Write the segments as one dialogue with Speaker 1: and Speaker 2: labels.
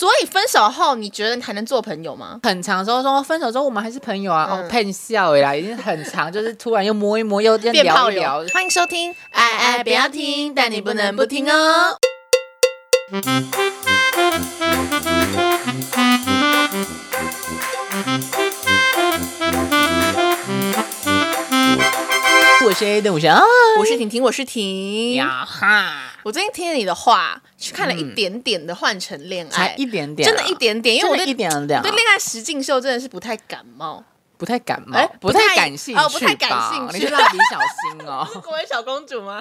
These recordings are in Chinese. Speaker 1: 所以分手后，你觉得还能做朋友吗？
Speaker 2: 很长的时候说分手之后我们还是朋友啊，
Speaker 1: 嗯
Speaker 2: 哦骗笑诶啦，已经很长，就是突然又摸一摸，又这样
Speaker 1: 变炮
Speaker 2: 聊一
Speaker 1: 友
Speaker 2: 聊。
Speaker 1: 欢迎收听，爱爱不要听，但你不能不听哦。
Speaker 2: 我是 A 邓，我是啊
Speaker 1: 我是婷婷，我是婷。
Speaker 2: 呀哈，
Speaker 1: 我最近听了你的话，去看了一点点的《换成恋爱
Speaker 2: 才》一点点啊，
Speaker 1: 真嗯的一点点，因为我
Speaker 2: 真的
Speaker 1: 对
Speaker 2: 一点点啊
Speaker 1: 对，恋爱实境秀真的是不太感冒。
Speaker 2: 不太感冒
Speaker 1: 哎，
Speaker 2: 不
Speaker 1: 不太
Speaker 2: 太感兴趣吧，
Speaker 1: 哦不太感兴趣
Speaker 2: 你是蜡笔小新 哦。
Speaker 1: 各位小公主吗？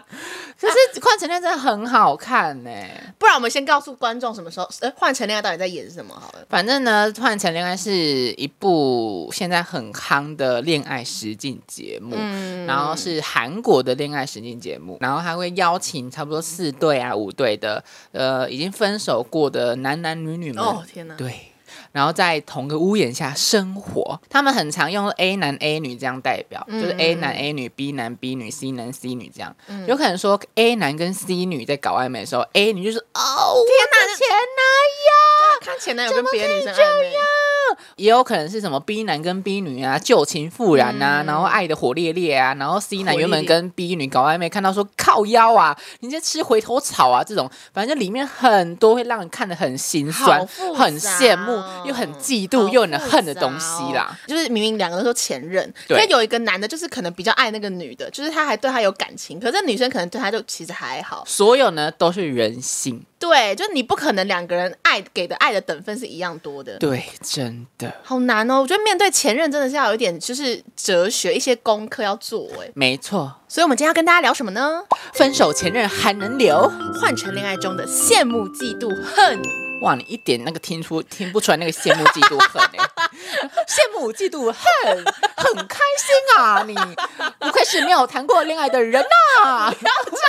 Speaker 2: 可是《换成恋》真的很好看呢、
Speaker 1: 不然我们先告诉观众什么时候，呃，《换成恋爱》到底在演什么好了。
Speaker 2: 反正呢，《换成恋爱》是一部现在很夯的恋爱实境节目，
Speaker 1: 嗯
Speaker 2: 然后是韩国的恋爱实境节目，然后还会邀请差不多四对啊五对的，呃，已经分手过的男男女女们，
Speaker 1: 哦天哪，
Speaker 2: 对。然后在同个屋檐下生活，他们很常用 A 男 A 女这样代表，
Speaker 1: 嗯
Speaker 2: 就是 A 男 A 女、B 男 B 女、C 男 C 女这样。
Speaker 1: 嗯
Speaker 2: 有可能说 A 男跟 C 女在搞暧昧的时候，A 女就是哦，我的前男
Speaker 1: 啊看前男友跟别的女生暧
Speaker 2: 怎么
Speaker 1: 昧，
Speaker 2: 友，也有可能是什么 B 男跟 B 女啊，旧情复燃啊，然后爱的火烈烈啊，然后 C 男
Speaker 1: 嗯火烈烈
Speaker 2: 原本跟 B 女搞暧昧，看到说靠腰啊，你在吃回头草啊，这种，反正就里面很多会让人看得很心酸
Speaker 1: 好复、杂哦
Speaker 2: 很羡慕、又很嫉妒、
Speaker 1: 好哦
Speaker 2: 又很恨的东西
Speaker 1: 复
Speaker 2: 啦。
Speaker 1: 杂哦就是明明两个都说前任，
Speaker 2: 对
Speaker 1: 但有一个男的，就是可能比较爱那个女的，就是他还对她有感情，可是那女生可能对他就其实还好。
Speaker 2: 所有呢都是人性，
Speaker 1: 对，就你不可能两个人爱给的爱的等分是一样多的。
Speaker 2: 对，真的。
Speaker 1: 好难哦，我觉得面对前任真的是要有一点就是哲学，一些功课要做哎。
Speaker 2: 没错，
Speaker 1: 所以我们今天要跟大家聊什么呢？
Speaker 2: 分手前任还能留？
Speaker 1: 换成恋爱中的羡慕、嫉妒、恨。
Speaker 2: 哇，你一点那个听出听不出来那个羡慕、嫉妒、恨、欸， 羡慕、嫉妒、恨，很开心啊！你不愧是没有谈过恋爱的人啊呐、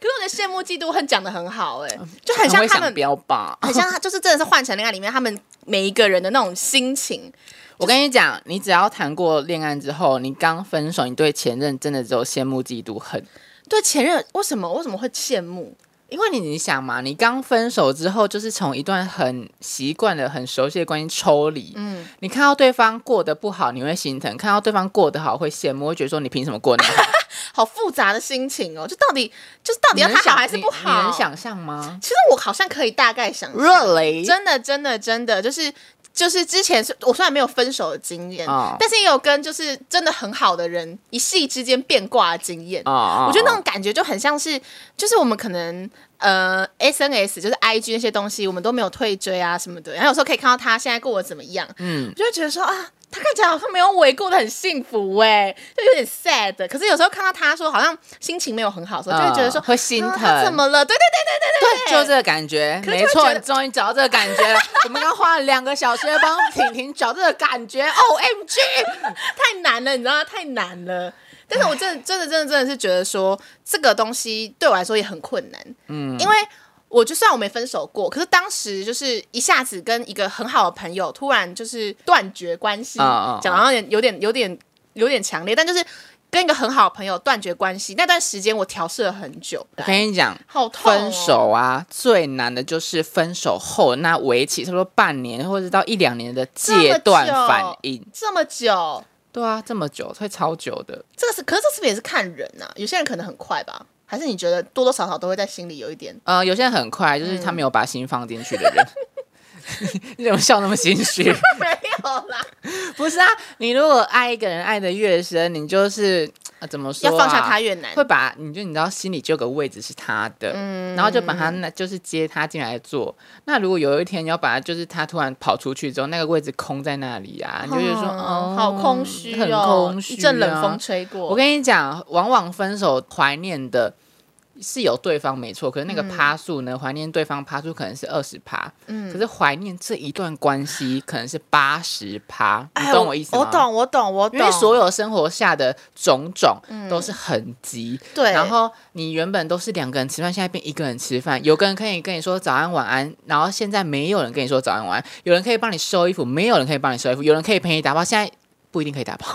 Speaker 1: 可是我的羡慕、嫉妒、恨讲的很好哎，就很像
Speaker 2: 嗯会
Speaker 1: 他
Speaker 2: 想
Speaker 1: 们，
Speaker 2: 标吧。
Speaker 1: 很像他就是真的是换成恋爱里面他们每一个人的那种心情。
Speaker 2: 我跟你讲，你只要谈过恋爱之后，你刚分手，你对前任真的只有羡慕、嫉妒、恨。
Speaker 1: 对前任为什么为什么会羡慕？
Speaker 2: 因为你你想嘛，你刚分手之后，就是从一段很习惯的、很熟悉的关系抽离。嗯，你看到对方过得不好，你会心疼；看到对方过得好，会羡慕，会觉得说你凭什么过得那么好？
Speaker 1: 好复杂的心情哦，就到底就是到底要他好还是不
Speaker 2: 你能想你你
Speaker 1: 好？
Speaker 2: 能想象吗
Speaker 1: 其实我好像可以大概想象
Speaker 2: ？Really？
Speaker 1: 真的，真的，真的，就是就是之前是我虽然没有分手的经验，
Speaker 2: 哦
Speaker 1: 但是也有跟就是真的很好的人一夕之间变卦的经验。
Speaker 2: 哦哦
Speaker 1: 我觉得那种感觉就很像是，就是我们可能呃 S N S 就是 I G 那些东西，我们都没有退追啊什么的，然后有时候可以看到他现在过得怎么样，
Speaker 2: 嗯
Speaker 1: 我就会觉得说啊。他看起来好像没有我，也过得很幸福哎、就有点 sad。可是有时候看到他说好像心情没有很好的时候，就会觉得说、
Speaker 2: 嗯会心
Speaker 1: 啊
Speaker 2: 疼，
Speaker 1: 他怎么了？对对对对对对
Speaker 2: 对，就这个感觉，
Speaker 1: 可是就
Speaker 2: 没
Speaker 1: 会觉
Speaker 2: 错，
Speaker 1: 得
Speaker 2: 你终于找到这个感觉 了。我们刚花了两个小时帮婷婷找这个感觉，O M G！
Speaker 1: 太难了，你知道吗？太难了。但是我真的真的真的真的是觉得说，这个东西对我来说也很困难。嗯，因为我就算我没分手过，可是当时就是一下子跟一个很好的朋友突然就是断绝关系，
Speaker 2: 啊啊啊
Speaker 1: 讲到有点有点有点有点强烈，但就是跟一个很好的朋友断绝关系那段时间，我调试了很久，
Speaker 2: 我跟你讲，
Speaker 1: 好痛、哦
Speaker 2: 分。手啊，最难的就是分手后那为期差不多半年或者到一两年的戒断反应。
Speaker 1: 这么久，
Speaker 2: 对啊，这么久会超久的。
Speaker 1: 这个是，可是这是不是也是看人呐、有些人可能很快吧，还是你觉得多多少少都会在心里有一点
Speaker 2: 呃，有些人很快，就是他没有把心放进去的人。 你怎么笑那么心 虚？
Speaker 1: 没有啦，
Speaker 2: 不是啊，你如果爱一个人爱的越深，你就是、呃怎么说、
Speaker 1: 要放下他。越难。
Speaker 2: 会把你就你知道心里就有个位置是他的，
Speaker 1: 嗯
Speaker 2: 然后就把他那就是接他进来坐。那如果有一天你要把他就是他突然跑出去之后，那个位置空在那里啊，你就觉得说哦，
Speaker 1: 嗯好空虚
Speaker 2: 很
Speaker 1: 哦，
Speaker 2: 空虚、
Speaker 1: 一阵冷风。吹过。
Speaker 2: 我跟你讲，往往分手怀念的是有对方没错，可是那个
Speaker 1: 嗯
Speaker 2: 趴数呢，怀念对方趴数可能是二十趴，
Speaker 1: 嗯
Speaker 2: 可是怀念这一段关系可能是八十趴，你
Speaker 1: 哎
Speaker 2: 懂我意思吗？
Speaker 1: 我懂，我懂，我懂。嗯
Speaker 2: 因为所有生活下的种种都是痕迹。
Speaker 1: 对，
Speaker 2: 然后你原本都是两个人吃饭，现在变一个人吃饭。有个人可以跟你说早安晚安，然后现在没有人跟你说早安晚安。有人可以帮你收衣服，没有人可以帮你收衣服。有人可以陪你打包，现在不一定可 以打包。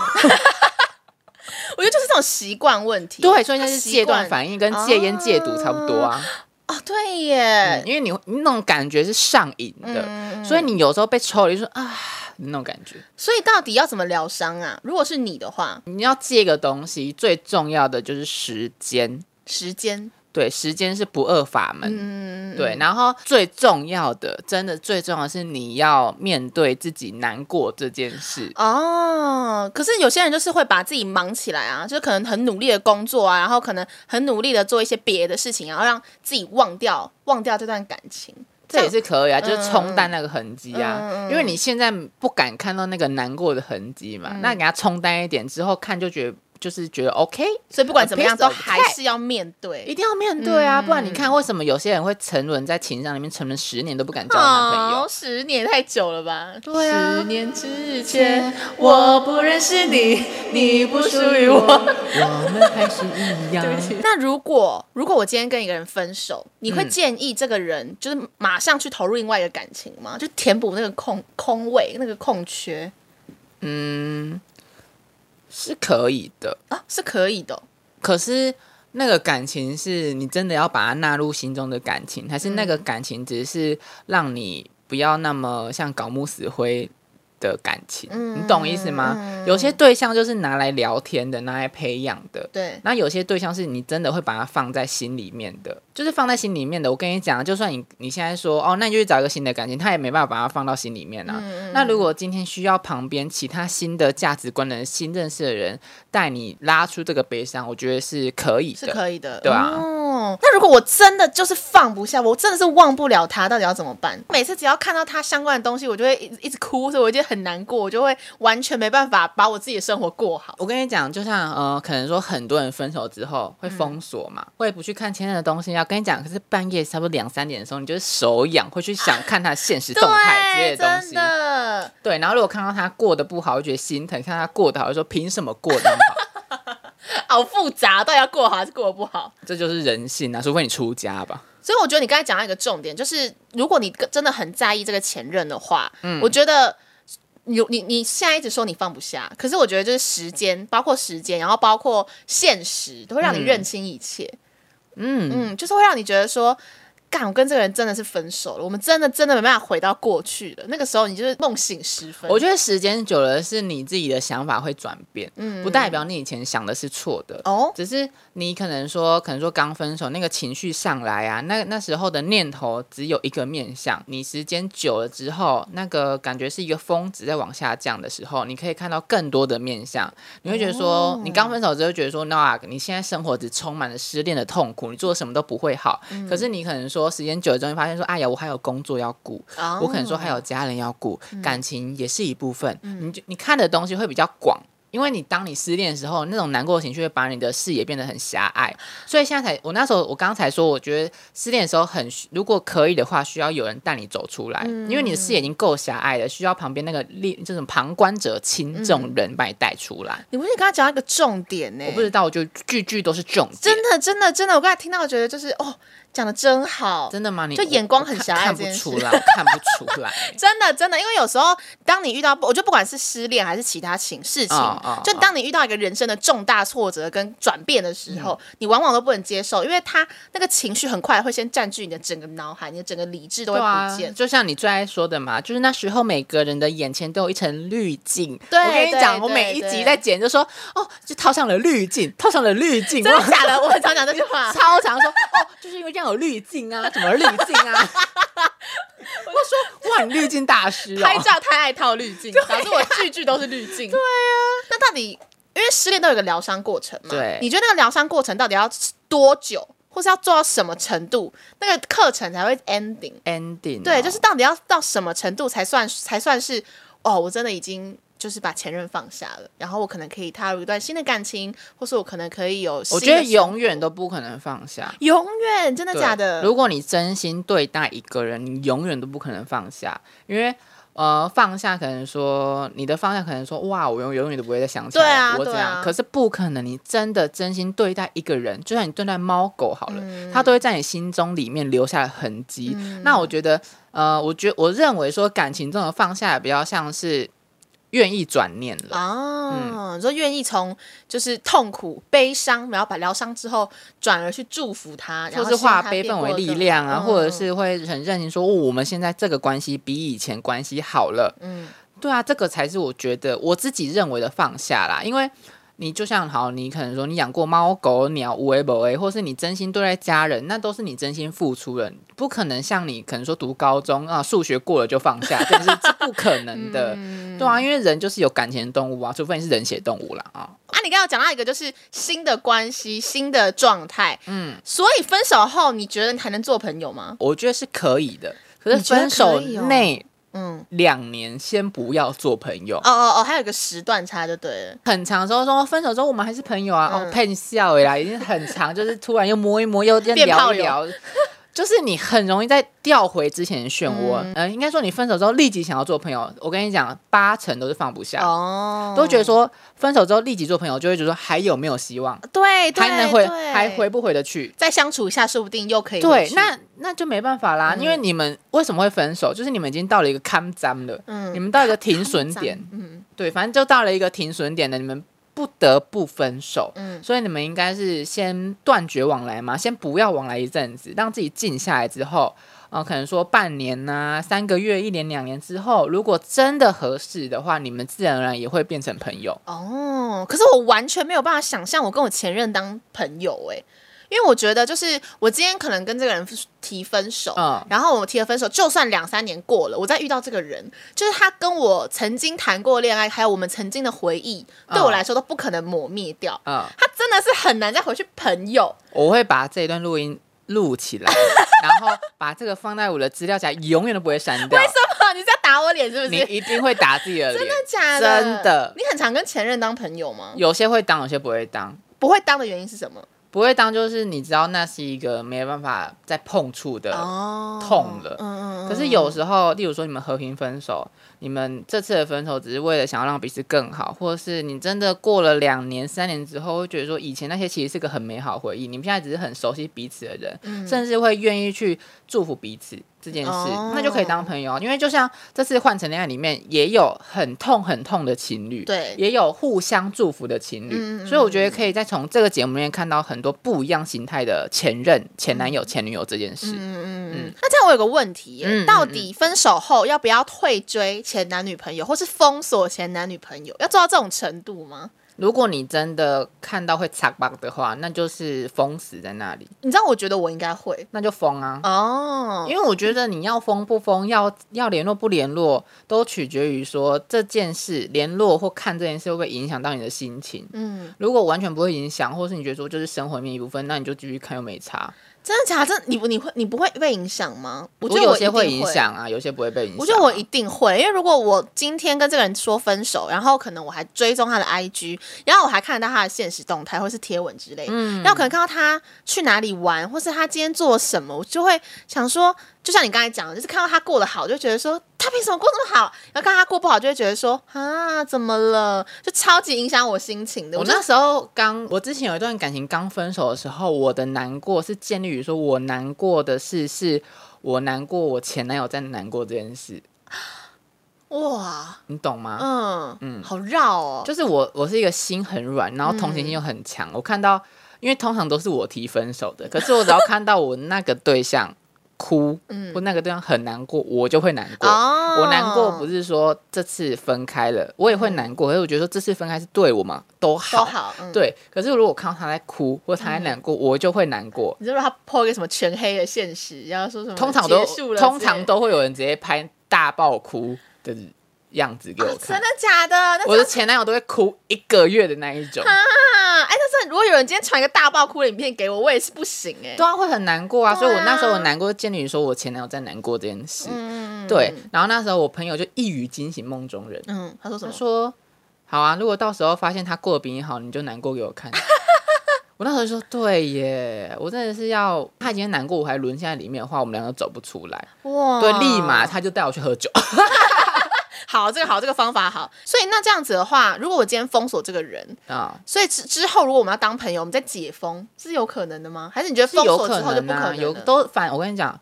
Speaker 1: 我觉得就是这种习惯问题。
Speaker 2: 对，所以那是
Speaker 1: 习
Speaker 2: 戒断
Speaker 1: 惯
Speaker 2: 反应，跟戒烟戒毒差不多啊。嗯
Speaker 1: 哦，哦，对嗯耶，
Speaker 2: 因为你你那种感觉是上瘾的，所以你有时候被抽离，就说啊那种感觉。
Speaker 1: 所以到底要怎么疗伤啊？如果是你的话，
Speaker 2: 你要戒一个东西，最重要的就是时间，
Speaker 1: 时间，
Speaker 2: 对，时间是不二法门。
Speaker 1: 嗯，
Speaker 2: 对，然后最重要的，真的最重要的是你要面对自己难过这件事。
Speaker 1: 哦，可是有些人就是会把自己忙起来啊，就是可能很努力的工作啊，然后可能很努力的做一些别的事情，啊然后让自己忘掉忘掉这段感情。
Speaker 2: 这也
Speaker 1: 样嗯
Speaker 2: 是可以啊，就是冲淡那个痕迹啊，因为你现在不敢看到那个难过的痕迹嘛，
Speaker 1: 嗯
Speaker 2: 那给它冲淡一点之后看就觉得就是觉得 OK，
Speaker 1: 所以不管怎么样，
Speaker 2: A piece
Speaker 1: 都
Speaker 2: of
Speaker 1: 还
Speaker 2: cake
Speaker 1: 是要面
Speaker 2: 一
Speaker 1: 对。
Speaker 2: 定要面对啊，不然你
Speaker 1: 嗯
Speaker 2: 看为什么有些人会沉沦在情伤里面，沉沦十年都不敢交男朋友？
Speaker 1: 哦，十年太久了吧？
Speaker 2: 对啊
Speaker 1: 十年之前我不认识你，你不属于我。
Speaker 2: 我们还是 一样。
Speaker 1: 那如果如果我今天跟一个人分手，你会建议这个人就是马上去投入另外一个感情吗？就填补那个空空位、那个空缺
Speaker 2: 嗯，是可以的，
Speaker 1: 啊，是可以的哦、
Speaker 2: 可是那个感情是你真的要把它纳入心中的感情，还是那个感情只是让你不要那么像搞木死灰的感情？你懂意思吗？有些对象就是拿来聊天的，拿来培养的。
Speaker 1: 对，
Speaker 2: 那有些对象是你真的会把它放在心里面的，就是放在心里面的。我跟你讲，就算你你现在说哦，那你就去找一个新的感情，他也没办法把它放到心里面
Speaker 1: 嗯
Speaker 2: 啊。那如果今天需要旁边其他新的价值观的人、新认识的人带你拉出这个悲伤，我觉得是可以
Speaker 1: 是
Speaker 2: 的。
Speaker 1: 可以的，
Speaker 2: 对啊
Speaker 1: 哦，那如果我真的就是放不下，我真的是忘不了他，到底要怎么办？每次只要看到他相关的东西，我就会一直一直哭，所以我就很难过，我就会完全没办法把我自己的生活过好。
Speaker 2: 我跟你讲，就像呃，可能说很多人分手之后
Speaker 1: 嗯
Speaker 2: 会封锁嘛，会不去看前任的东西啊。跟你讲，可是半夜差不多两三点的时候，你就是手痒，会去想看他的现实动态之
Speaker 1: 对，
Speaker 2: 类的东
Speaker 1: 真
Speaker 2: 西。
Speaker 1: 的，
Speaker 2: 对，然后如果看到他过得不好，就觉得心疼；看到他过得好，就说凭什么过得那么好？
Speaker 1: 好复杂，到底要过好还是过得不好？
Speaker 2: 这就是人性啊，除非你出家吧。
Speaker 1: 所以我觉得你刚才讲到一个重点，就是如果你真的很在意这个前任的话，
Speaker 2: 嗯
Speaker 1: 我觉得你你你现在一直说你放不下，可是我觉得就是时间，包括时间，然后包括现实，都会让你认清一切。
Speaker 2: 嗯，
Speaker 1: 嗯，就是会让你觉得说，干，我跟这个人真的是分手了，我们真的真的没办法回到过去了。那个时候你就是梦醒时分。
Speaker 2: 我
Speaker 1: 觉
Speaker 2: 觉得时间久了，是你自己的想法会转变，不代表你以前想的是错的。
Speaker 1: 得哦，
Speaker 2: 只是你可能说，可能说刚分手那个情绪上来啊，那那时候的念头只有一个面向。你时间久了之后，那个感觉是一个峰值在往下降的时候，你可以看到更多的面向。你会觉得说，你刚分手之后觉得说，那、你现在生活只充满了失恋的痛苦，你做什么都不会好。可是你可能说，时间久了之后，你发现说，哎呀，我还有工作要顾，
Speaker 1: 哦嗯
Speaker 2: 我可能说还有家人要顾，感情也是一部分。你就你看的东西会比较广，因为你当你失恋的时候，那种难过的情绪会把你的视野变得很狭隘。所以现在才，我那时候我刚才说，我觉得失恋的时候很需，如果可以的话，需要有人带你走出来，
Speaker 1: 嗯
Speaker 2: 因为你的视野已经够狭隘了，需要旁边那个另这种旁观者清这种人把你带出来。
Speaker 1: 你不是刚才讲到一个重点呢、
Speaker 2: 我不知道，我就句句都是重点。
Speaker 1: 真的真的真的，我刚才听到我觉得就是哦，讲的真好，
Speaker 2: 真的吗？你
Speaker 1: 就眼光很狭隘
Speaker 2: 我看
Speaker 1: 这件
Speaker 2: 看不
Speaker 1: 事
Speaker 2: 出来，我看不 出来。
Speaker 1: 真的真的，因为有时候当你遇到，我就不管是失恋还是其他情事情
Speaker 2: 哦哦
Speaker 1: 就当你遇到一个人生的重大挫折跟转变的时候，你往往都不能接受，因为他那个情绪很快会先占据你的整个脑海，你的整个理智都会
Speaker 2: 对
Speaker 1: 不
Speaker 2: 啊
Speaker 1: 见，。
Speaker 2: 就像你最爱说的嘛，就是那时候每个人的眼前都有一层滤镜。
Speaker 1: 对
Speaker 2: 我跟你
Speaker 1: 对
Speaker 2: 讲，我
Speaker 1: 对
Speaker 2: 每一集
Speaker 1: 对
Speaker 2: 在剪就说，哦，就套上了滤镜，套上了滤镜，
Speaker 1: 真
Speaker 2: 哇
Speaker 1: 的假的？我很常讲这句话，
Speaker 2: 超常说，哦，就是因为这样有滤镜啊，怎么滤镜 啊？我说，哇，你滤镜大师
Speaker 1: 拍
Speaker 2: 哦。
Speaker 1: 照太爱套滤镜，导致我句句都是滤镜。对啊，那到底因为失恋都有个疗伤过程嘛？
Speaker 2: 对
Speaker 1: 你觉得那个疗伤过程到底要多久，或是要做到什么程度，那个课程才会 ending？
Speaker 2: ending 哦
Speaker 1: 对，就是到底要到什么程度才算才算是哦，我真的已经。就是把前任放下了，然后我可能可以踏入一段新的感情，或是我可能可以有新
Speaker 2: 我
Speaker 1: 的
Speaker 2: 觉得
Speaker 1: 生
Speaker 2: 永远都不可能放下。
Speaker 1: 永远真的
Speaker 2: 对
Speaker 1: 假的？
Speaker 2: 如果你真心对待一个人，你永远都不可能放下，因为呃，放下可能说你的放下可能说哇，我永永远都不会再想起来
Speaker 1: 对啊
Speaker 2: 我这
Speaker 1: 对
Speaker 2: 样，
Speaker 1: 啊
Speaker 2: 可是不可能，你真的真心对待一个人，就算你对待猫狗好了，
Speaker 1: 嗯
Speaker 2: 它都会在你心中里面留下了痕迹。那我觉得呃，我觉我认为说感情中的放下比较像是。愿意转念了。嗯
Speaker 1: 啊，你说愿意从就是痛苦、悲伤，然后把疗伤之后，转而去祝福他，然
Speaker 2: 就
Speaker 1: 后
Speaker 2: 是化
Speaker 1: 希望他
Speaker 2: 悲
Speaker 1: 变
Speaker 2: 愤
Speaker 1: 过
Speaker 2: 为
Speaker 1: 得
Speaker 2: 力
Speaker 1: 更
Speaker 2: 量啊，
Speaker 1: 好
Speaker 2: 或者
Speaker 1: 嗯
Speaker 2: 是会很认清说、哦，我们现在这个关系比以前关系好了。
Speaker 1: 嗯
Speaker 2: 嗯，对啊，这个才是我觉得我自己认为的放下啦。因为你就像好，你可能说你养过猫狗鸟无为不为，或是你真心对待家人，那都是你真心付出的，不可能像你可能说读高中啊，数学过了就放下，这是这不可能的。
Speaker 1: 嗯
Speaker 2: 对啊，因为人就是有感情的动物啊，除非你是冷血动物啦啊。
Speaker 1: 啊，你刚刚有讲到一个就是新的关系、新的状态，嗯，所以分手后，你觉得你还能做朋友吗？
Speaker 2: 我觉得是可以的，可是
Speaker 1: 你觉得
Speaker 2: 分手
Speaker 1: 可以哦
Speaker 2: 内
Speaker 1: 嗯，
Speaker 2: 两年先不要做朋友。
Speaker 1: 哦哦哦，还有一个时段差就对了，
Speaker 2: 很长的时候说分手之后我们还是朋友啊，
Speaker 1: 嗯
Speaker 2: 哦骗笑哎啦，已经很长，就是突然又摸一摸，又 又
Speaker 1: 变炮
Speaker 2: 聊一聊，就是你很容易在掉回之前的漩涡。嗯、应该说你分手之后立即想要做朋友，我跟你讲，八成都是放不下，
Speaker 1: 哦，
Speaker 2: 啊都觉得说分手之后立即做朋友，就会觉得说还有没有希望，
Speaker 1: 对，对
Speaker 2: 还能回
Speaker 1: 对
Speaker 2: 还回不回得去？
Speaker 1: 再相处一下，说不定又可以回
Speaker 2: 对，
Speaker 1: 去
Speaker 2: 那那就没办法啦，因为你们为什么会分手，就是你们已经到了一个堪脏了，你们到一个停损点，
Speaker 1: 嗯
Speaker 2: 对，反正就到了一个停损点了，你们不得不分手，
Speaker 1: 嗯
Speaker 2: 所以你们应该是先断绝往来嘛，先不要往来一阵子，让自己静下来之后。呃，可能说半年呐、三个月、一年、两年之后，如果真的合适的话，你们自然而然也会变成朋友。
Speaker 1: 哦，可是我完全没有办法想象我跟我前任当朋友哎、因为我觉得就是我今天可能跟这个人提分手，
Speaker 2: 嗯
Speaker 1: 然后我提了分手，就算两三年过了，我再遇到这个人，就是他跟我曾经谈过恋爱，还有我们曾经的回忆，对我
Speaker 2: 嗯
Speaker 1: 来说都不可能抹灭掉。
Speaker 2: 嗯，
Speaker 1: 他真的是很难再回去朋友，
Speaker 2: 我会把这一段录音录起来，然后把这个放在我的资料夹，永远都不会删掉
Speaker 1: 为。什么？你是要打我脸是不
Speaker 2: 你
Speaker 1: 是？
Speaker 2: 一定会打自己的
Speaker 1: 真
Speaker 2: 脸
Speaker 1: 的。假的？
Speaker 2: 真的
Speaker 1: 你很常跟前任当朋友吗？
Speaker 2: 有些会当，有些不会当。
Speaker 1: 不会当的原因是什么？
Speaker 2: 不会当就是你知道那是一个没办法再碰触的。
Speaker 1: 哦
Speaker 2: 呃痛了
Speaker 1: 嗯嗯嗯
Speaker 2: 可是有时候，例如说你们和平分手，你们这次的分手只是为了想要让彼此更好，或者是你真的过了两年、三年之后，会觉得说以前那些其实是个很美好的回忆，你们现在只是很熟悉彼此的人，
Speaker 1: 嗯
Speaker 2: 甚至会愿意去祝福彼此这件事，
Speaker 1: 哦
Speaker 2: 那就可以当朋友。因为就像这次《换成恋爱》里面也有很痛很痛的情侣，
Speaker 1: 对
Speaker 2: 也有互相祝福的情侣，
Speaker 1: 嗯嗯嗯
Speaker 2: 所以我觉得可以再从这个节目里面看到很多不一样形态的前任、前男友、前女友这件事。
Speaker 1: 嗯那这样我有个问题耶、
Speaker 2: 嗯嗯
Speaker 1: 到底分手后要不要退追前男女朋友，或是封锁前男女朋友？要做到这种程度吗？
Speaker 2: 如果你真的看到会插巴的话，那就是封死在那里，
Speaker 1: 你知道，我觉得我应该会
Speaker 2: 那就封啊。
Speaker 1: 哦，
Speaker 2: 因为我觉得你要封不封，要要联络不联络，都取决于说这件事联络或看这件事会不会影响到你的心情。
Speaker 1: 嗯，
Speaker 2: 如果完全不会影响，或是你觉得说就是生活里面一部分，那你就继续看又没差。
Speaker 1: 真的假的？真的你不你会你不会被影响吗？我觉得
Speaker 2: 有
Speaker 1: 我一
Speaker 2: 些
Speaker 1: 定会
Speaker 2: 影。响啊，有些不会被影响啊。
Speaker 1: 我觉得我一定会，因为如果我今天跟这个人说分手，然后可能我还追踪他的 IG，然后我还看得到他的现实动态或是贴文之类，嗯，然后可能看到他去哪里玩，或是他今天做了什么，我就会想说，就像你刚才讲的，就是看到他过得好，就觉得说他凭什么过这么好，然后看到他过不好，就会觉得说啊怎么了，就超级影响我心情的。
Speaker 2: 我
Speaker 1: 我就
Speaker 2: 那时候刚，我之前有一段感情刚分手的时候，我的难过是建立于说我难过的事是我难过我前男友在难过这件事，
Speaker 1: 哇，
Speaker 2: 你懂吗？
Speaker 1: 嗯嗯，好绕哦，
Speaker 2: 就是我我是一个心很软，然后同情心又很强，
Speaker 1: 嗯
Speaker 2: 我看到因为通常都是我提分手的，可是我只要看到我那个对象哭，或那个对象很难过，我就会难过。
Speaker 1: 嗯哦
Speaker 2: 我难过不是说这次分开了，我也会难过，可是我觉得说这次分开是对我们都好。
Speaker 1: 嗯都好，嗯。
Speaker 2: 对，可是如果我看到他在哭或他在难过，我就会难过。
Speaker 1: 你知道他破一个什么全黑的现实，然后说什么
Speaker 2: 通常都
Speaker 1: 结束了之类的，
Speaker 2: 通常都会有人直接拍大爆哭的样子给我
Speaker 1: 啊真，
Speaker 2: 看
Speaker 1: 的假的？那
Speaker 2: 我的前男友都会哭一个月的那一种。
Speaker 1: 啊，哎，但是如果有人今天传一个大爆哭的影片给我，我也是不行哎、
Speaker 2: 对啊，会很难过啊，
Speaker 1: 对啊
Speaker 2: 所以我那时候我难过，建立于说我前男友在难过这件事。
Speaker 1: 嗯，
Speaker 2: 对，然后那时候我朋友就一语惊醒梦中人，
Speaker 1: 嗯，他说什
Speaker 2: 他
Speaker 1: 么？
Speaker 2: 说：“好啊，如果到时候发现他过得比你好，你就难过给 我看。”我那时候就说：“对耶，我真的是要他今天难过，我还沦陷在里面的话，我们两个走不出来。”
Speaker 1: 哇
Speaker 2: 对，立马他就带我去喝酒。
Speaker 1: 好，这个好，这个方法好。所以那这样子的话，如果我今天封锁这个人，
Speaker 2: 啊，
Speaker 1: 所以之之后如果我们要当朋友，我们再解封是有可能的吗？还是你觉得
Speaker 2: 是
Speaker 1: 封
Speaker 2: 有
Speaker 1: 锁
Speaker 2: 可
Speaker 1: 之后就不
Speaker 2: 能
Speaker 1: 可
Speaker 2: 啊，
Speaker 1: 能
Speaker 2: 有
Speaker 1: 了？
Speaker 2: 都反。我跟你讲，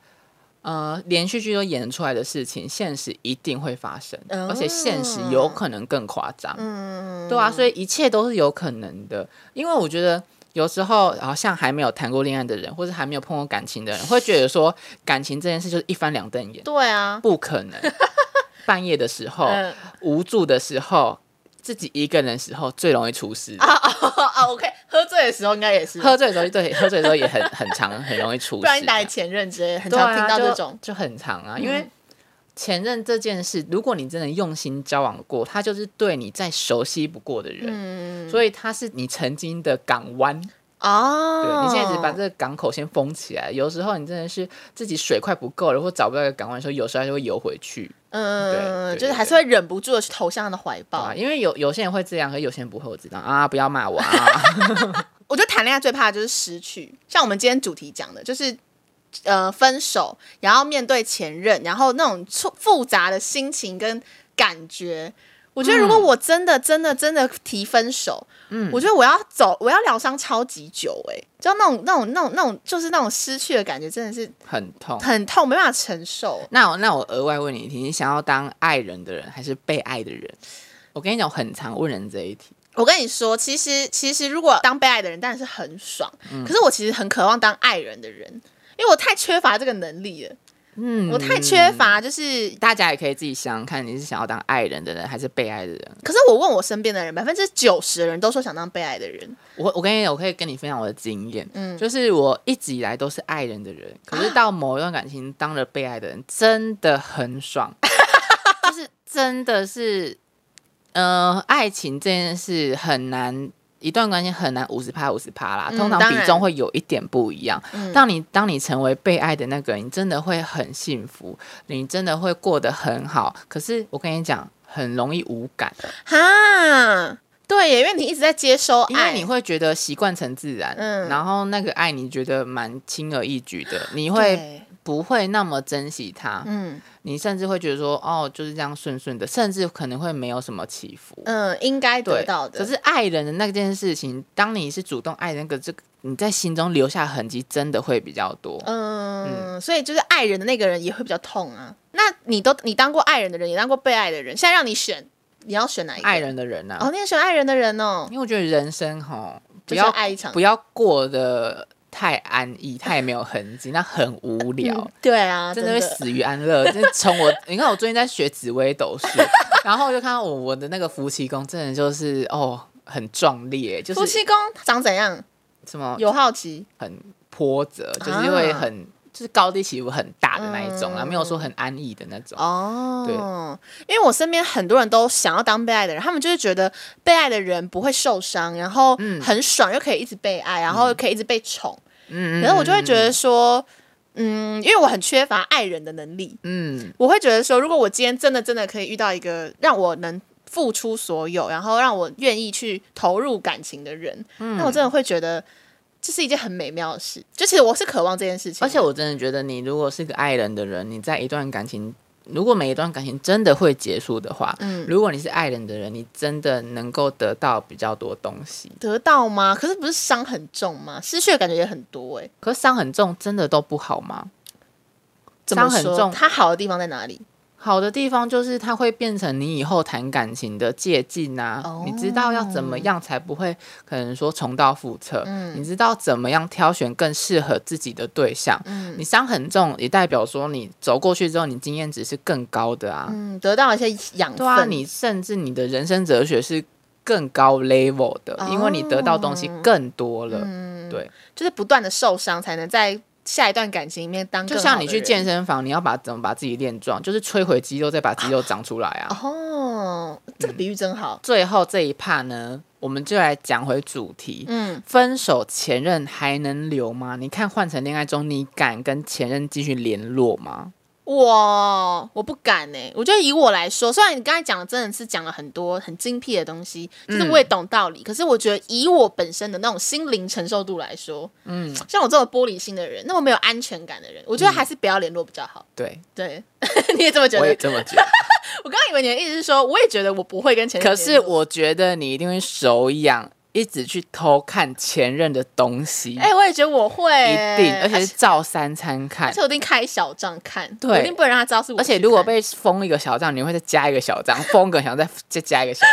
Speaker 2: 呃连续剧都演出来的事情，现实一定会发生，
Speaker 1: 哦
Speaker 2: 而且现实有可能更夸张。
Speaker 1: 嗯
Speaker 2: 对啊，所以一切都是有可能的，因为我觉得。有时候，好像还没有谈过恋爱的人，或者还没有碰过感情的人，会觉得说感情这件事就是一翻两瞪眼，
Speaker 1: 对啊，
Speaker 2: 不 可能。半夜的时候，
Speaker 1: 嗯
Speaker 2: 无助的时候，自己一个人的时候最容易出事。
Speaker 1: 啊啊啊！OK，喝醉的时候应该也是，
Speaker 2: 喝醉的时候，对，喝醉的时候也很很常，很容易出事。
Speaker 1: 不然你打给前任之类的，很
Speaker 2: 对
Speaker 1: 常
Speaker 2: 啊
Speaker 1: 听到
Speaker 2: 就
Speaker 1: 这种。嗯
Speaker 2: 就很常啊，因为前任这件事，如果你真的用心交往过，他就是对你再熟悉不过的人，
Speaker 1: 嗯，
Speaker 2: 所以他是你曾经的港湾。对
Speaker 1: 哦，
Speaker 2: 你现在只把这个港口先封起来，有时候你真的是自己水快不够了，或找不到一个港湾的时候，有时候还是会游回去。
Speaker 1: 嗯，
Speaker 2: 对对
Speaker 1: 就是还是会忍不住的去投向他的怀
Speaker 2: 对
Speaker 1: 抱
Speaker 2: 啊，。因为有有些人会这样，和有些人不会，我知道啊，不要骂我啊。
Speaker 1: 我觉得谈恋爱最怕的就是失去，像我们今天主题讲的，就是呃分手，然后面对前任，然后那种复复杂的心情跟感觉。我觉得如
Speaker 2: 嗯
Speaker 1: 果我真的真的真的提分手，嗯，我觉得我要走，我要疗伤超级久、欸，哎，就那种那种那种那种，就是那种失去的感觉，真的是
Speaker 2: 很痛。
Speaker 1: 很痛，没办法承受。
Speaker 2: 那我那我额外问你一题，你想要当爱人的人还是被爱的人？我跟你讲，我很常问人这一题。
Speaker 1: 我跟你说，其实其实如果当被爱的人，当然是很爽。
Speaker 2: 嗯
Speaker 1: 可是我其实很渴望当爱人的人，因为我太缺乏这个能力了。
Speaker 2: 嗯
Speaker 1: 我太缺乏，就是，
Speaker 2: 大家也可以自己想想看，你是想要当爱人的人还是被爱的人？
Speaker 1: 可是我问我身边的人，百分之九十的人都说想当被爱的人。嗯
Speaker 2: 我我跟你讲，我可以跟你分享我的经验，就是我一直以来都是爱人的 人，可是到某一段感情当了被爱的人，真的 很爽，就是真的是，呃，爱情这件事很难。一段关系很难五十趴五十趴啦，
Speaker 1: 嗯
Speaker 2: 通常
Speaker 1: 当
Speaker 2: 比
Speaker 1: 然
Speaker 2: 重会有一点不一样。
Speaker 1: 嗯
Speaker 2: 当你当你成为被爱的那个人，你真的会很幸福，你真的会过得很好。可是我跟你讲，很容易无感。
Speaker 1: 哦哈，对耶，因为你一直在接收
Speaker 2: 因为
Speaker 1: 爱，
Speaker 2: 你会觉得习惯成自然，
Speaker 1: 嗯
Speaker 2: 然后那个爱你觉得蛮轻而易举的，你会
Speaker 1: 对，
Speaker 2: 不会那么珍惜它？
Speaker 1: 嗯
Speaker 2: 你甚至会觉得说，哦，就是这样顺顺的，甚至可能会没有什么起伏。
Speaker 1: 嗯，应该得
Speaker 2: 对
Speaker 1: 到，的。
Speaker 2: 可是爱人的那件事情，当你是主动爱那个这个，你在心中留下痕迹，真的会比较多。
Speaker 1: 嗯，所以就是爱人的那个人也会比较痛啊。那你都你当过爱人的人，也当过被爱的人，现在让你选，你要选哪一个？
Speaker 2: 爱人的人呐、啊
Speaker 1: 哦，你也选爱人的人哦
Speaker 2: 因，为我觉得人生吼，不
Speaker 1: 就是
Speaker 2: 要
Speaker 1: 爱一场
Speaker 2: 不。要过得太安逸，太没有痕迹，那很无聊。
Speaker 1: 嗯对啊，
Speaker 2: 真
Speaker 1: 真
Speaker 2: 的会死于安乐。真的从我，你看我最近在学紫微斗数，然后我就看到我我的那个夫妻宫，真的就是哦，很壮烈，就
Speaker 1: 夫
Speaker 2: 是
Speaker 1: 妻宫长怎样？
Speaker 2: 什么
Speaker 1: 有好奇，
Speaker 2: 很波折，就是会
Speaker 1: 啊
Speaker 2: 很就是高低起伏很大的那一种啦，
Speaker 1: 嗯
Speaker 2: 没有说很安逸的那种。
Speaker 1: 哦，因为我身边很多人都想要当被爱的人，他们就是觉得被爱的人不会受伤，然后很爽，又可以一直被爱，然后又可以一直被宠。
Speaker 2: 嗯，
Speaker 1: 可是我就会觉得说，嗯，因为我很缺乏爱人的能力，
Speaker 2: 嗯，
Speaker 1: 我会觉得说，如果我今天真的真的可以遇到一个让我能付出所有，然后让我愿意去投入感情的人，
Speaker 2: 嗯
Speaker 1: 那我真的会觉得这是一件很美妙的事。就其实我是渴望这件事情的，
Speaker 2: 而且我真的觉得，你如果是个爱人的人，你在一段感情。如果每一段感情真的会结束的话，嗯，如果你是爱人的人，你真的能够得到比较多东西。
Speaker 1: 得到吗？可是不是伤很重吗？失去的感觉也很多哎、欸。
Speaker 2: 可是伤很重，真的都不好吗？
Speaker 1: 怎么
Speaker 2: 伤很
Speaker 1: 说
Speaker 2: 重
Speaker 1: 它好的地方在哪里？
Speaker 2: 好的地方就是它会变成你以后谈感情的借鉴啊，
Speaker 1: 哦
Speaker 2: 你知道要怎么样才不会可能说重蹈覆辙，
Speaker 1: 嗯
Speaker 2: 你知道怎么样挑选更适合自己的对象。
Speaker 1: 嗯
Speaker 2: 你伤很重，也代表说你走过去之后，你经验值是更高的啊。
Speaker 1: 嗯，得到一些养分。
Speaker 2: 对啊，你甚至你的人生哲学是更高 level 的，因为你得到东
Speaker 1: 哦
Speaker 2: 西更多了。
Speaker 1: 嗯
Speaker 2: 对，
Speaker 1: 就是不断的受伤，才能在下一段感情里面当更
Speaker 2: 就
Speaker 1: 好的人。
Speaker 2: 像你去健身房，你要把怎么把自己练壮，就是摧毁肌肉，再把肌肉长出来啊。
Speaker 1: 哦，这个比喻真好。
Speaker 2: 最后这一趴呢，我们就来讲回主题。
Speaker 1: 嗯，
Speaker 2: 分手前任还能留吗？你看换成恋爱中，你敢跟前任继续联络吗？
Speaker 1: 我我不敢呢、我觉得以我来说，虽然你刚才讲的真的是讲了很多很精辟的东西，就是
Speaker 2: 嗯
Speaker 1: 我也懂道理，可是我觉得以我本身的那种心灵承受度来说，嗯，像我这种玻璃心的人，那么没有安全感的人，我觉得还是不要联络比较好。
Speaker 2: 对，
Speaker 1: 对， 你也这么觉
Speaker 2: 嗯我
Speaker 1: 得？
Speaker 2: 也这 么觉得。
Speaker 1: 我刚刚以为你的意思是说，我也觉得我不会跟前任
Speaker 2: 可
Speaker 1: 联
Speaker 2: 是
Speaker 1: 络。
Speaker 2: 我觉得你一定会手痒，一直去偷看前任的东西，
Speaker 1: 哎、我也觉得我会、
Speaker 2: 一定，而且
Speaker 1: 而
Speaker 2: 是
Speaker 1: 且
Speaker 2: 照三餐
Speaker 1: 而
Speaker 2: 看
Speaker 1: 且。我一定开小账看，
Speaker 2: 对
Speaker 1: 我一定不能让他知道是我去
Speaker 2: 而
Speaker 1: 看。，
Speaker 2: 且如果被封一个小账，你会再加一个小账，封一个小账，再再加一个小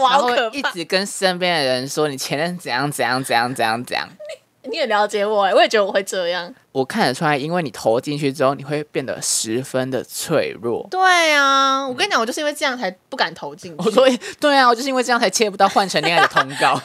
Speaker 1: 哇
Speaker 2: 然
Speaker 1: 好
Speaker 2: 后
Speaker 1: 可怕
Speaker 2: 会一直跟身边的人说你前任怎样怎样怎样怎样怎样。
Speaker 1: 你也了解我、哎，我也觉得我会这样。
Speaker 2: 我看得出来，因为你投进去之后，你会变得十分的脆弱。
Speaker 1: 对啊，我跟你讲，我就是因为这样才不敢投进去。
Speaker 2: 我说对啊，我就是因为这样才切不到换成恋爱的通告，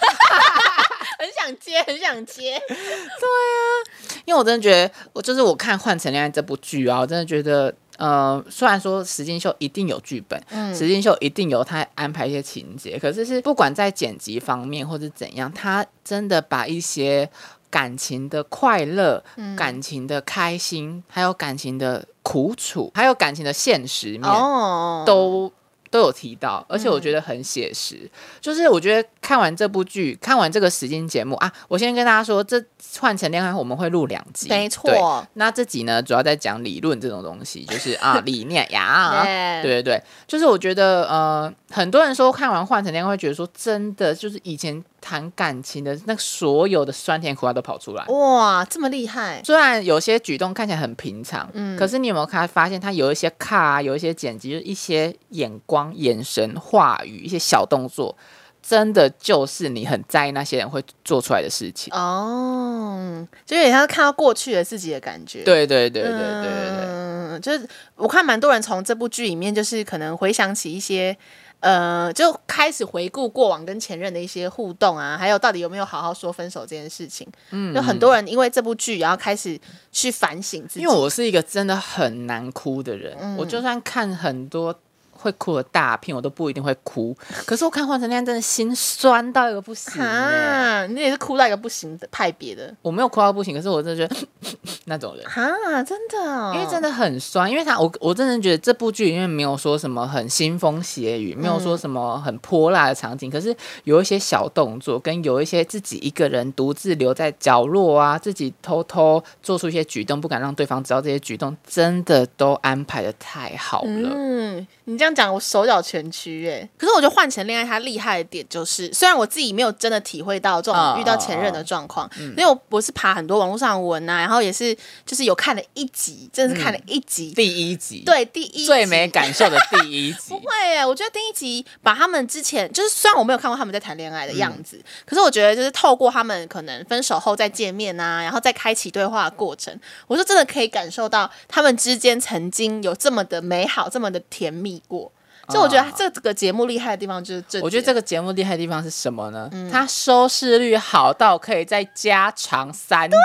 Speaker 1: 很想接，很想接。
Speaker 2: 因为我真的觉得，我就是我看《换成恋爱》这部剧啊，我真的觉得，呃，虽然说石金秀一定有剧本，
Speaker 1: 嗯
Speaker 2: 石金秀一定有他安排一些情节，可是是不管在剪辑方面或者怎样，他真的把一些感情的快乐、感情的开心，还有感情的苦楚，还有感情的现实面，
Speaker 1: 哦，
Speaker 2: 都都有提到，而且我
Speaker 1: 嗯
Speaker 2: 觉得很写实。就是我觉得看完这部剧，看完这个时间节目啊，我先跟大家说，这换成恋爱我们会录两集，
Speaker 1: 没错啊
Speaker 2: 对。那这集呢，主要在讲理论这种东西，就是啊 理念呀，
Speaker 1: 对
Speaker 2: 对对对，就是我觉得呃，很多人说看完换成恋爱会觉得说，真的就是以前谈感情的那所有的酸甜苦辣都跑出来。
Speaker 1: 哇，这么厉害，
Speaker 2: 虽然有些举动看起来很平常，
Speaker 1: 嗯
Speaker 2: 可是你有没有看发现他有一些卡、啊，有一些剪辑，就是一些眼光、眼神、话语、一些小动作，真的就是你很在意那些人会做出来的事情。
Speaker 1: 哦，就有点像看到过去的自己的感觉。
Speaker 2: 对对对对对对对
Speaker 1: 嗯，就是我看蛮多人从这部剧里面，就是可能回想起一些，呃，就开始回顾过往跟前任的一些互动啊，还有到底有没有好好说分手这件事情。嗯，就很多人因为这部剧，然后开始去反省自己。
Speaker 2: 因为我是一个真的很难哭的人，
Speaker 1: 嗯
Speaker 2: 我就算看很多。会哭的大片，我都不一定会哭。可是我看《换成恋爱》，真的心酸到一个不行、欸。
Speaker 1: 啊，你也是哭到一个不行的派别的
Speaker 2: 我没有哭到不行，可是我真的觉得 那种人。
Speaker 1: 啊，真的、哦，
Speaker 2: 因为真的很酸，因为他我我真的觉得这部剧里面没有说什么很腥风血雨，没有
Speaker 1: 嗯
Speaker 2: 说什么很泼辣的场景，可是有一些小动作，跟有一些自己一个人独自留在角落啊，自己偷偷做出一些举动，不敢让对方知道这些举动，真的都安排的太好了。
Speaker 1: 嗯，你这样讲，我手脚全屈哎。可是我觉得换成恋爱，它厉害的点就是，虽然我自己没有真的体会到这
Speaker 2: 嗯
Speaker 1: 种遇到前任的状况，因为我我是爬很多网络上的文啊，然后也是就是有看了一集，真的是看了一集，
Speaker 2: 第一集，，
Speaker 1: 对第一集
Speaker 2: 嗯最没感受的第一集
Speaker 1: 不会耶， 我觉得第一集把他们之前就是，虽然我没有看过他们在谈恋爱的样
Speaker 2: 嗯
Speaker 1: 子，可是我觉得就是透过他们可能分手后再见面啊，然后再开启对话的过程，我是真的可以感受到他们之间曾经有这么的美好，这么的甜蜜过。所以我觉得这个节目厉害的地方就是这点，
Speaker 2: 啊我觉得这
Speaker 1: 个
Speaker 2: 个节目厉害的地方是什么呢？
Speaker 1: 嗯
Speaker 2: 它收视率好到可以再加长三集，
Speaker 1: 啊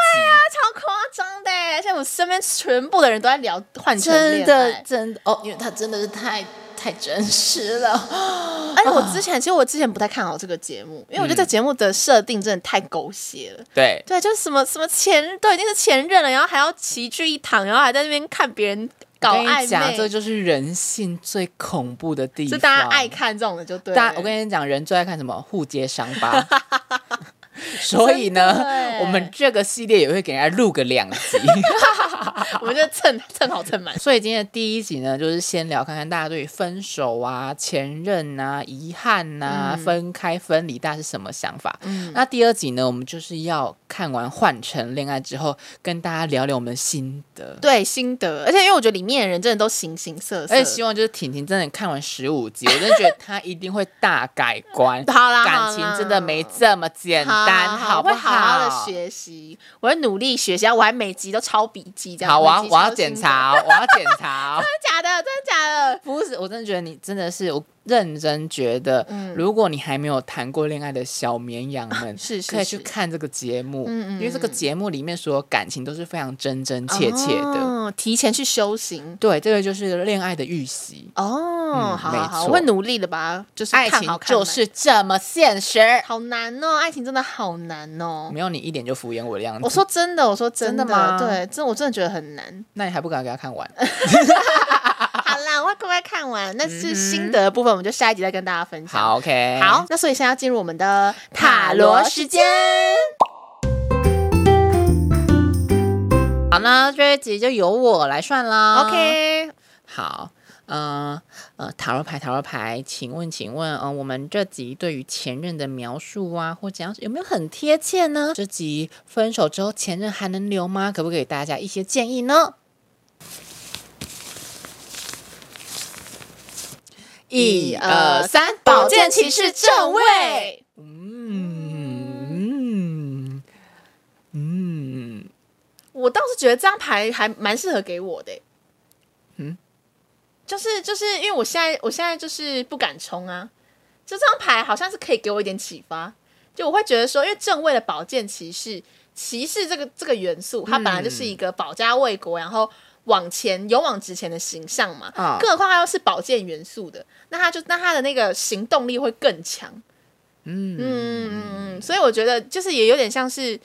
Speaker 1: 超夸张的耶，现在我身边全部的人都在聊换成
Speaker 2: 真
Speaker 1: 恋爱
Speaker 2: 的真的哦，因为它真的是太太真实了。
Speaker 1: 而且我
Speaker 2: 啊
Speaker 1: 之前，其实我之前不太看好这个节目，因为我觉得这
Speaker 2: 嗯
Speaker 1: 节目的设定真的太狗血了。
Speaker 2: 对，
Speaker 1: 对，就是什么什么前都已经是前任了，然后还要齐聚一堂，然后还在那边看别人搞
Speaker 2: 我跟
Speaker 1: 暧
Speaker 2: 你讲，
Speaker 1: 昧，
Speaker 2: 这就是人性最恐怖的地方。
Speaker 1: 就大家爱，看这种的就对了。
Speaker 2: 大我跟你讲，人最爱看什么？互揭伤 疤。所以呢
Speaker 1: 真的欸，
Speaker 2: 我们这个系列也会给人家录个两集。
Speaker 1: 我们就蹭蹭好蹭满。
Speaker 2: 所以今天的第一集呢，就是先聊看看大家对于分手啊、前任啊、遗憾呐、
Speaker 1: 嗯
Speaker 2: 分开、分离，大家是什么想法。那第二集呢，我们就是要看完《换成恋爱》之后，跟大家聊聊我们的心 得。
Speaker 1: 对，心得，而且因为我觉得里面的人真的都形形色色，。
Speaker 2: 而且哎希望就是婷婷真的看完十五集，我真的觉得她一定会大改观
Speaker 1: 好啦，
Speaker 2: 感情真的没这么简单，
Speaker 1: 好啦好
Speaker 2: 不
Speaker 1: 我会
Speaker 2: 好？
Speaker 1: 好好的学习，我会努力学习，啊然后我还每集都抄笔记这样。
Speaker 2: 好，我要
Speaker 1: 每集
Speaker 2: 我要
Speaker 1: 抄
Speaker 2: 检
Speaker 1: 心得，
Speaker 2: 查哦，我要检 查哦。
Speaker 1: 真的假的？真的假的？
Speaker 2: 不是，我真的觉得你真的是，我认真觉得，
Speaker 1: 嗯
Speaker 2: 如果你还没有谈过恋爱的小绵羊们，
Speaker 1: 是是
Speaker 2: 可以
Speaker 1: 是
Speaker 2: 去看这个节目，
Speaker 1: 嗯嗯
Speaker 2: 因为这个节目里面所有感情都是非常真真切切的。
Speaker 1: 哦，提前去修行。
Speaker 2: 对，这个就是恋爱的预习，
Speaker 1: 哦，
Speaker 2: 嗯
Speaker 1: 好
Speaker 2: 没
Speaker 1: 好好，
Speaker 2: 错
Speaker 1: 我会努力的吧，就是
Speaker 2: 爱
Speaker 1: 看
Speaker 2: 情
Speaker 1: 好看
Speaker 2: 就
Speaker 1: 满
Speaker 2: 是这么现实。
Speaker 1: 好难哦，爱情真的好难哦。
Speaker 2: 没有你一点就敷衍我的样子，
Speaker 1: 我说真的，我说真
Speaker 2: 嗯真的吗
Speaker 1: 对，真的我真的觉得很难。
Speaker 2: 那你还不赶快给他看完？ 啊
Speaker 1: 好啦，我会乖乖看完。那是心得的部分，我们就下一集再跟大家分享。
Speaker 2: 嗯好，OK，
Speaker 1: 好，，那所以现在要进入我们的塔
Speaker 2: 塔
Speaker 1: 罗
Speaker 2: 罗
Speaker 1: 时
Speaker 2: 时
Speaker 1: 间
Speaker 2: 间。好，那这一集就由我来算啦。
Speaker 1: OK，
Speaker 2: 好，呃呃，塔罗牌，塔罗牌，请问，请问，呃，我们这集对于前任的描述啊，或怎样，有没有很贴切呢？这集分手之后，前任还能留吗？可不可以给大家一些建议呢？一二三，
Speaker 1: 宝
Speaker 2: 宝
Speaker 1: 剑骑
Speaker 2: 剑骑
Speaker 1: 士
Speaker 2: 士
Speaker 1: 正
Speaker 2: 正位。
Speaker 1: 位，
Speaker 2: 嗯嗯，
Speaker 1: 我倒是觉得这张牌还蛮适合给我的、
Speaker 2: 嗯，
Speaker 1: 就是就是因为我现在我现在就是不敢冲啊，这张牌好像是可以给我一点启发，就我会觉得说，因为正位的宝剑骑士，骑士这个这个元素，它本来就是一个保家卫国，然后。往前勇往直前的形象嘛，
Speaker 2: 啊
Speaker 1: 更何况它又是宝剑元素的，那它就那它的那个行动力会更强，
Speaker 2: 嗯
Speaker 1: 嗯，所以我觉得就是也有点像是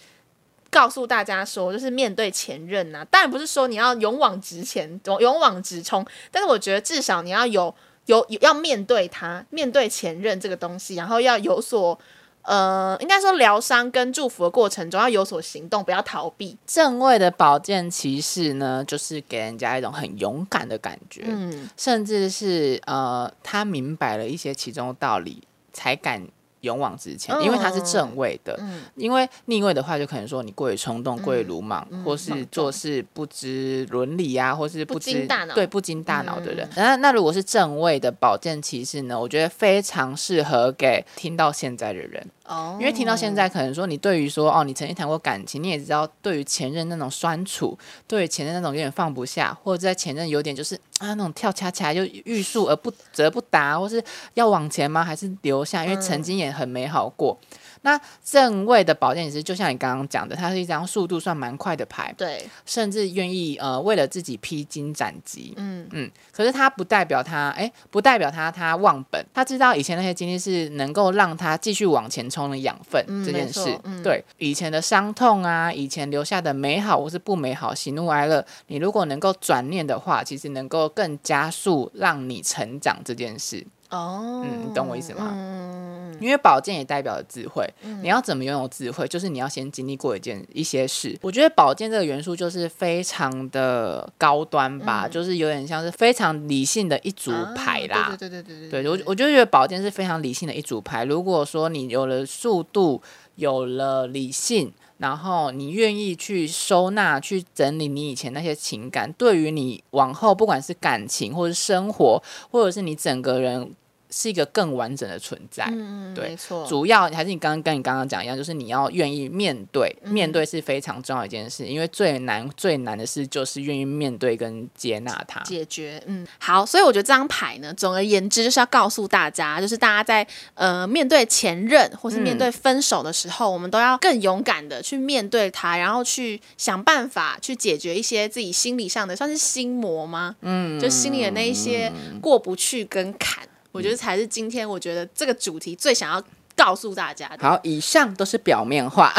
Speaker 1: 告诉大家说，就是面对前任呐、啊，当然不是说你要勇往直前，勇勇往直冲，但是我觉得至少你要有有有要面对他，面对前任这个东西，然后要有所呃，应该说疗伤跟祝福的过程中要有所行动，不要逃避。
Speaker 2: 正位的宝剑骑士呢，就是给人家一种很勇敢的感觉，
Speaker 1: 嗯
Speaker 2: 甚至是呃，他明白了一些其中的道理，才敢勇往直前，因为他是正位的。
Speaker 1: 嗯
Speaker 2: 因为逆位的话，就可能说你过于冲动、过于鲁莽，
Speaker 1: 嗯
Speaker 2: 或是做事不知伦理啊，或是
Speaker 1: 不
Speaker 2: 知
Speaker 1: 经大脑嗯
Speaker 2: 对不经大脑的人。那那如果是正位的宝剑骑士呢，我觉得非常适合给听到现在的人，
Speaker 1: 哦
Speaker 2: 因为听到现在，可能说你对于说哦，你曾经谈过感情，你也知道对于前任那种酸楚，对于前任那种有点放不下，或者在前任有点就是啊那种跳恰恰就欲速而不则不达，或是要往前吗？还是留下？因为曾经也很美好过。那正位的宝剑其实就像你刚刚讲的，它是一张速度算蛮快的牌，
Speaker 1: 对，
Speaker 2: 甚至愿意呃为了自己披荆斩棘。
Speaker 1: 嗯
Speaker 2: 嗯，可是他不代表他，哎、不代表他他忘本，他知道以前那些经历是能够让他继续往前冲的养分、
Speaker 1: 嗯
Speaker 2: 这件
Speaker 1: 没
Speaker 2: 事
Speaker 1: 错。嗯
Speaker 2: 对以前的伤痛啊，以前留下的美好或是不美好、喜怒哀乐，你如果能够转念的话，其实能够更加速让你成长这件事。
Speaker 1: 哦，
Speaker 2: 嗯你懂我意思吗
Speaker 1: 嗯嗯嗯
Speaker 2: 因为宝剑也代表了智慧，你要怎么拥有智慧，就是你要先经历过一件一些事。我觉得宝剑这个元素就是非常的高端吧，就是有点像是非常理性的一组
Speaker 1: 嗯
Speaker 2: 牌啦。
Speaker 1: 对对对对
Speaker 2: 对，我我就觉得宝剑是非常理性的一组牌。如果说你有了速度，有了理性，然后你愿意去收纳、去整理你以前那些情感，对于你往后不管是感情，或是生活，或者是你整个人，是一个更完整的存在。
Speaker 1: 嗯嗯
Speaker 2: 对
Speaker 1: 没错，
Speaker 2: 主要还是你刚刚跟你刚刚讲一样，就是你要愿意面对，
Speaker 1: 嗯
Speaker 2: 面对是非常重要的一件事，因为最难最难的事就是愿意面对跟接纳它。
Speaker 1: 解决。嗯，好，所以我觉得这张牌呢，总而言之就是要告诉大家，就是大家在呃面对前任或
Speaker 2: 嗯
Speaker 1: 是面对分手的时候，我们都要更勇敢的去面对它，然后去想办法去解决一些自己心理上的算是心魔吗？嗯，就心里的那一些过不去跟坎，我觉得才是今天我觉得这个主题最想要告诉大家的。
Speaker 2: 好，以上都是表面话，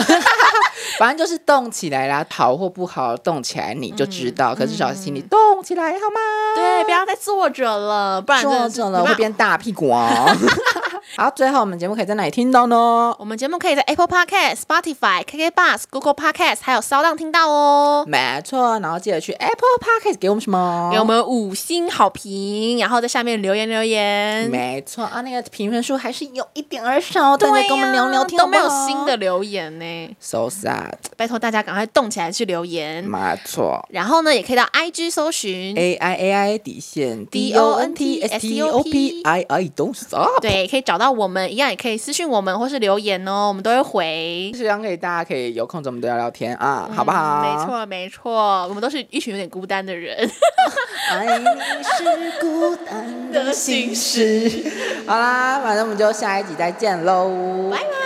Speaker 2: 反正就是动起来啦，好或不好动起来你就知
Speaker 1: 嗯
Speaker 2: 道，可是至少心里动起来好吗？
Speaker 1: 对，不要再坐着了，不然真的
Speaker 2: 啊坐
Speaker 1: 是没
Speaker 2: 着了
Speaker 1: 办
Speaker 2: 会
Speaker 1: 法
Speaker 2: 变大屁股哦。 好，最后我们节目可以在哪里听到呢？
Speaker 1: 我们节目可以在 Apple Podcast、Spotify、KK Bus、Google Podcast 还有骚浪听到哦。
Speaker 2: 没错，然后记得去 Apple Podcast 给我们什么？
Speaker 1: 给我们五星好评，然后在下面留言留言。
Speaker 2: 没错啊，那个评分数还是有一点而少，大
Speaker 1: 对
Speaker 2: 家
Speaker 1: 呀
Speaker 2: 跟我们聊聊天
Speaker 1: 都
Speaker 2: 好不
Speaker 1: 没
Speaker 2: 好
Speaker 1: 有新的留言呢，
Speaker 2: ，so sad，
Speaker 1: 拜托大家赶快动起来去留言。
Speaker 2: 没哎错
Speaker 1: 然后呢，也可以到 IG 搜寻，
Speaker 2: ，A I A I 底线
Speaker 1: D
Speaker 2: D
Speaker 1: O
Speaker 2: O
Speaker 1: N
Speaker 2: N
Speaker 1: T
Speaker 2: T
Speaker 1: S
Speaker 2: S
Speaker 1: T
Speaker 2: T
Speaker 1: O
Speaker 2: O
Speaker 1: P
Speaker 2: P I I don't stop。
Speaker 1: 对，可以找到我们，一样也可以私讯我们或是留言哦，我们都会回。
Speaker 2: 希望可以大家可以有空找我们聊聊天啊，好不好？
Speaker 1: 嗯没，错，没错，我们都是一群有点孤单的人。
Speaker 2: 爱你是孤 单的心事。好啦，反正我们就下一集再见喽，
Speaker 1: 拜拜。